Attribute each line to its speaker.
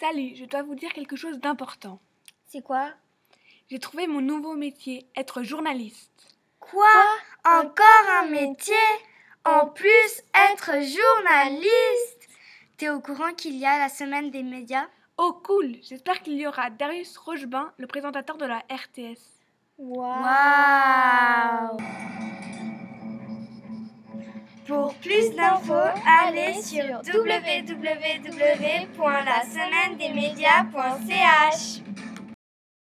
Speaker 1: Sally, je dois vous dire quelque chose d'important.
Speaker 2: C'est quoi
Speaker 1: J'ai trouvé mon nouveau métier, être journaliste.
Speaker 3: Quoi Encore un métier En plus, être journaliste T'es au courant qu'il y a la semaine des médias
Speaker 1: Oh cool J'espère qu'il y aura Darius Rochebin, le présentateur de la RTS.
Speaker 2: Waouh
Speaker 3: Waouh Pour plus d'infos, allez sur www.lasemainedemédias.ch